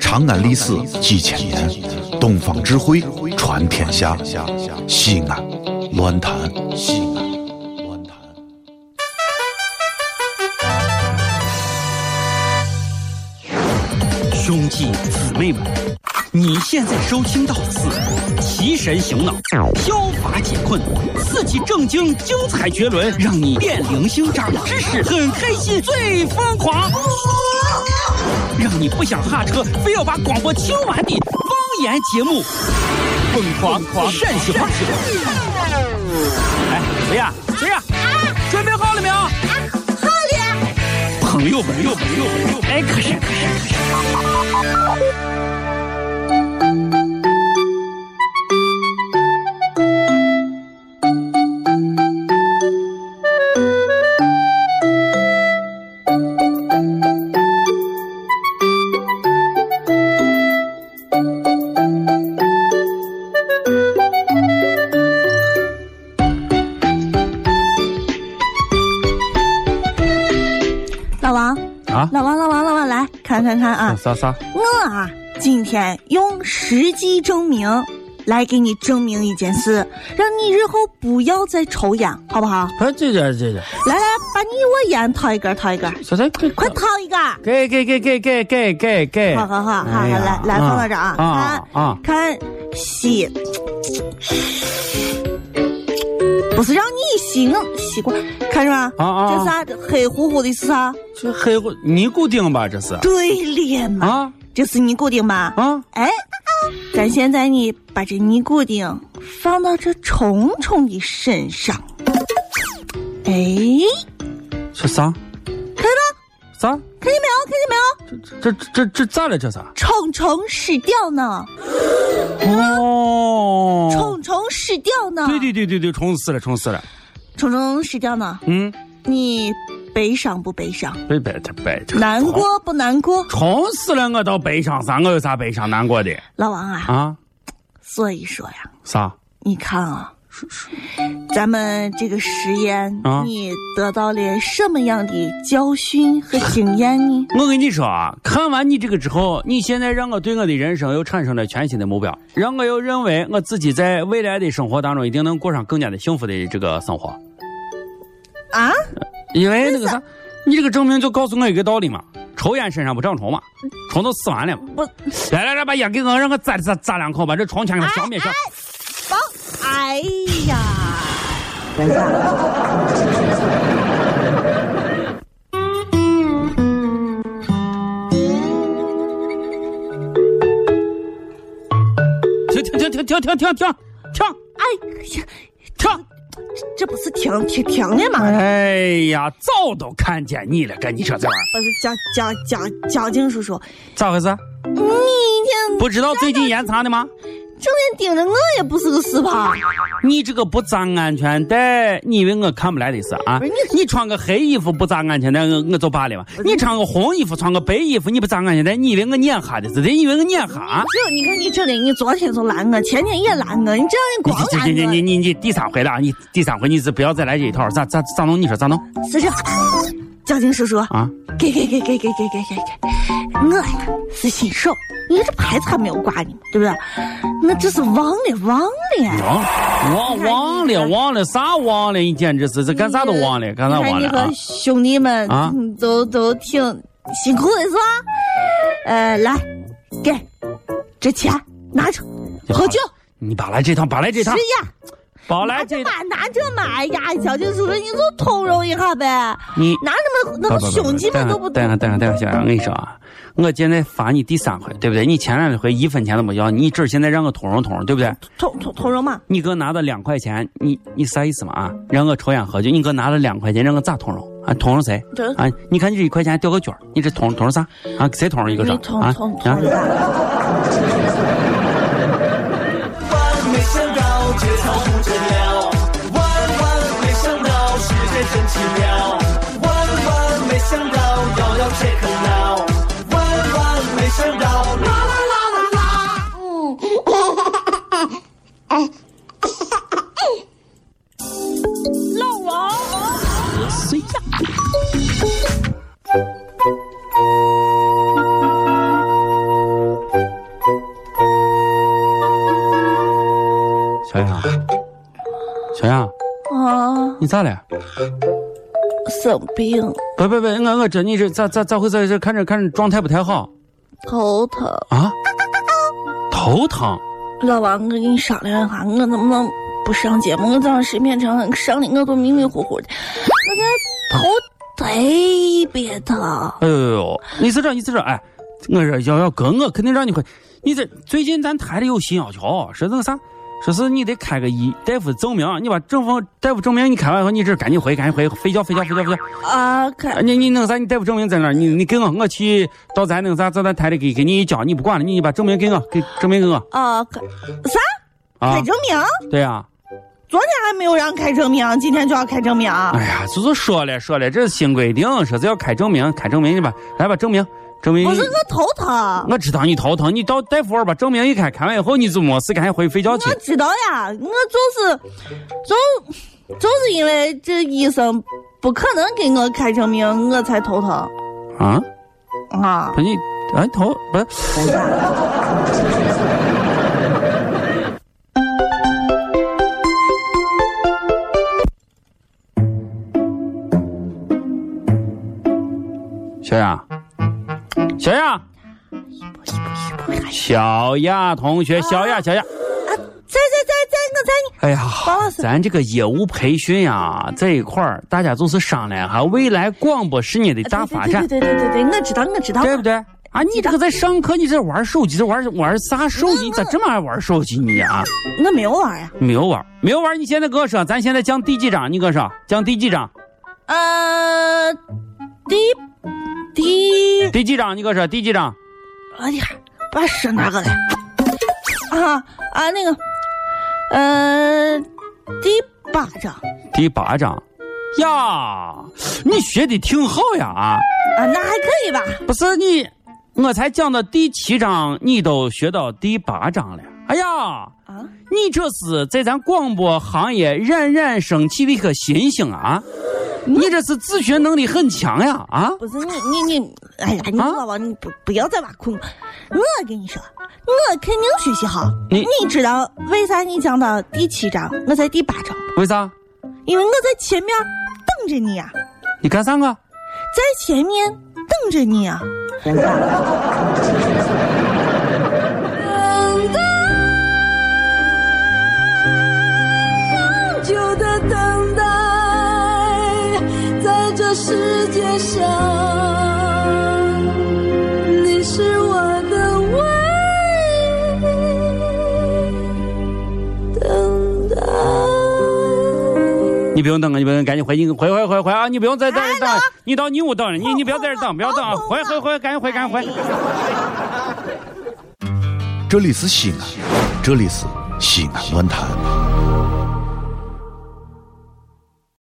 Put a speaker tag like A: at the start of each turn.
A: 长安历史几千年，东方智慧传天下。西安，乱谈西安，乱谈。
B: 兄弟姊妹们，你现在收听到的是提神醒脑、消乏解困、刺激正经、精彩绝伦，让你变零星长知识，很开心，最疯狂，让你不想下车，非要把广播听完的方言节目，疯狂狂陕西话说。哎，谁呀？谁呀？准备好了没有？朋友们，朋友们，朋友们，哎，可是可是可是。
C: 老王
D: 啊嗯
C: 老王，老王，老王，来看看看啊！
D: 啥啥？
C: 我啊，今天用实际证明来给你证明一件事，让你日后不要再抽烟，好不好？
D: 不是啊这点这点，
C: 来来，把你我烟掏一根，掏一根，
D: 啥啥？快
C: 快掏一根！
D: 给给给给给给给给！
C: 好好好，好好
D: 哎呀
C: 来来，放到这儿啊
D: 啊，啊！
C: 看看吸，不是让你吸，我吸过，看着吧，
D: 啊啊啊
C: 这啥黑乎乎的是啥？
D: 这黑乎尼古丁吧？这是
C: 对脸嘛，
D: 啊
C: 这是尼古丁吧？
D: 啊！
C: 哎，咱现在呢，把这尼古丁放到这虫虫的身上。哎，
D: 这啥？
C: 看到
D: 啥？
C: 看见没有？看见没有？
D: 这这这这咋了？这啥？
C: 虫虫死掉呢，
D: 哦，
C: 虫虫死掉呢，
D: 对对对对对，虫死了，虫死了。
C: 虫虫死掉呢。
D: 嗯，
C: 你悲伤不悲伤？
D: 别别他别这
C: 难过不难过？
D: 虫死了，我倒悲伤啥？我有啥悲伤难过的
C: 老王啊，
D: 啊？
C: 所以说呀，
D: 啥？
C: 你看啊，咱们这个实验，
D: 啊
C: 你得到了什么样的教训和经验呢？
D: 我跟你说啊，看完你这个之后，你现在让我对我的人生又产生了全新的目标，让我又认为我自己在未来的生活当中一定能过上更加的幸福的这个生活。
C: 啊？
D: 因为那个啥，你这个证明就告诉我一个道理嘛，抽烟身上不长虫嘛，虫都死完了嘛。
C: 不。
D: 来来来，把烟给我，让我咂咂咂两口，把这虫全给它消灭消。
C: 王，哎呀，
D: 停停停停停停停停停
C: 哎呀，
D: 停！
C: 这不是停停停的吗？
D: 哎呀，早都看见你了，跟你说这玩意儿
C: 不是交交交交警叔叔，
D: 咋回事？
C: 你一天
D: 不知道最近严查的吗？
C: 整天盯着我也不是个事吧？
D: 你这个不扎安全带，你以为我看不来的是啊
C: 不是？
D: 你穿个黑衣服不扎安全带，我我就罢了嘛。你穿个红衣服，穿个白衣服，你不扎安全带，你以为我眼哈的是的？你以为我眼哈？
C: 这你看你这里，你昨天就拦我，前天也拦我，你这样你
D: 你
C: 光拦
D: 你你你
C: 我，
D: 你你第三回了啊！你第三回你是不要再来这一套，咋咋咋弄？你说咋弄
C: 叔叔，交警叔叔，
D: 啊？
C: 给给给给给给给给给，我呀是新手，你这牌子还没有挂呢，对不对？我这是忘了忘了。
D: 忘忘忘了忘了啥忘了？你简直是这干啥都忘了，干啥忘
C: 你
D: 了
C: 看
D: 啊
C: 你和？兄弟们
D: 啊
C: 嗯都都挺辛苦的是吧？呃，来，给这钱拿着，喝酒，
D: 你把来这趟，把来这
C: 吃
D: 趟，
C: 呀，
D: 把
C: 拿
D: 来
C: 着
D: 这，
C: 嘛，拿着嘛，哎呀，小金叔叔，你就通融一下呗，
D: 你
C: 拿什么那个兄弟们都不
D: 带上带上带上小杨，我跟你说啊，我现在罚你第三回，对不对？你前两回一分钱都没要，你这儿现在让我通融通融，对不对？
C: 通通通融嘛？
D: 你给我拿了两块钱，你你啥意思嘛啊？让我抽烟喝酒，你给我拿了两块钱，让我咋通融啊？通融谁？
C: 这
D: 啊！你看你这一块钱还掉个角儿，你这通通融啥啊？谁通融一个
C: 你
D: 账
C: 通
D: 啊？
C: 通
D: 啊
C: 通融吧。
E: 万没想到节操不真了，万万没想到世界真奇妙，万万没想到遥遥 check now，万万没想到啦啦啦啦啦。
D: 小雅，小雅，
C: 啊，
D: 你咋了？
C: 生病，
D: 不不不，我我这你这咋咋咋回事？这看着看着状态不太好
C: 头疼。
D: 啊？头疼？
C: 老王，我跟你商量一下，我能不能不上节目？我早上睡眠长，上的我都迷迷糊糊的，我这头特别疼。
D: 哎呦呦呦！你是这你是这哎，我说要要哥，我肯定让你回。你这最近咱台里有新要求，说那个啥，说是你得开个医大夫证明，你把政府大夫证明你开完以后，你这赶紧回，赶紧回，回家回家回家回家。
C: 啊，看
D: 啊你你那个啥，你大夫证明在哪儿？你你给我，我去到咱那个啥，到咱台里给给你一交，你不管了，你把证明给我，给证明给我
C: 啊，看啥？
D: 啊
C: 开！证明？
D: 对呀、
C: 昨天还没有让开证明，今天就要开证明？
D: 哎呀，就是说了说了，这是新规定，说是要开证明，开证明去吧，来吧，证明，证明。
C: 不是我头疼，
D: 我知道你头疼，你到大夫那儿把证明一开，开完以后你就没事，赶紧回睡觉去
C: 我。知道呀，我就是就就是因为这医生不可能给我开证明，我才头疼
D: 啊，
C: 啊。
D: 不是你，哎头不是，小雅，小雅，小雅同学，小雅，小雅，
C: 在在在在，我在你
D: 哎呀，
C: 王老师
D: 咱这个业务培训呀、这一块儿大家就是商量一下未来广播事业的大发展。
C: 啊对对对对对对，我知道我知道。
D: 对不对？啊，你这个在上课，你这玩手机，这玩玩啥手机？你咋这么爱玩手机你啊？
C: 我没有玩呀。
D: 没有玩，没有玩。你现在跟我说，咱现在降第几章？你跟我说降第几章？
C: 呃，第第，
D: 第几章？你跟我说第几章？
C: 哎呀，把说哪个了？啊啊，那个，呃，第八章
D: 第八章。呀，你学的挺好呀啊！
C: 啊，那还可以吧？
D: 不是你，我才讲到第七章，你都学到第八章了。哎呀，
C: 啊，
D: 你这是在咱广播行业冉冉升起的一颗新星啊！你这是自学能力很强呀啊！
C: 不是你你你，哎呀，你
D: 啊
C: 老王，你不不要再挖苦我。我跟你说，我肯定学习好。
D: 你
C: 你知道为啥你讲到第七章，我在第八章？
D: 为啥？
C: 因为我在前面等着你呀、
D: 你干啥啊我？
C: 在前面等着你啊！
F: 等待，长久的等待，在这世界上，你是我的唯一。等待。
D: 你不用等啊了，你不用，赶紧回，你回回回回啊！你不用再在这儿等，你到你屋等着，你你不要在这儿等，不要等啊！回回回，赶紧回，赶紧回。
A: 这里是西安，这里是西安论坛。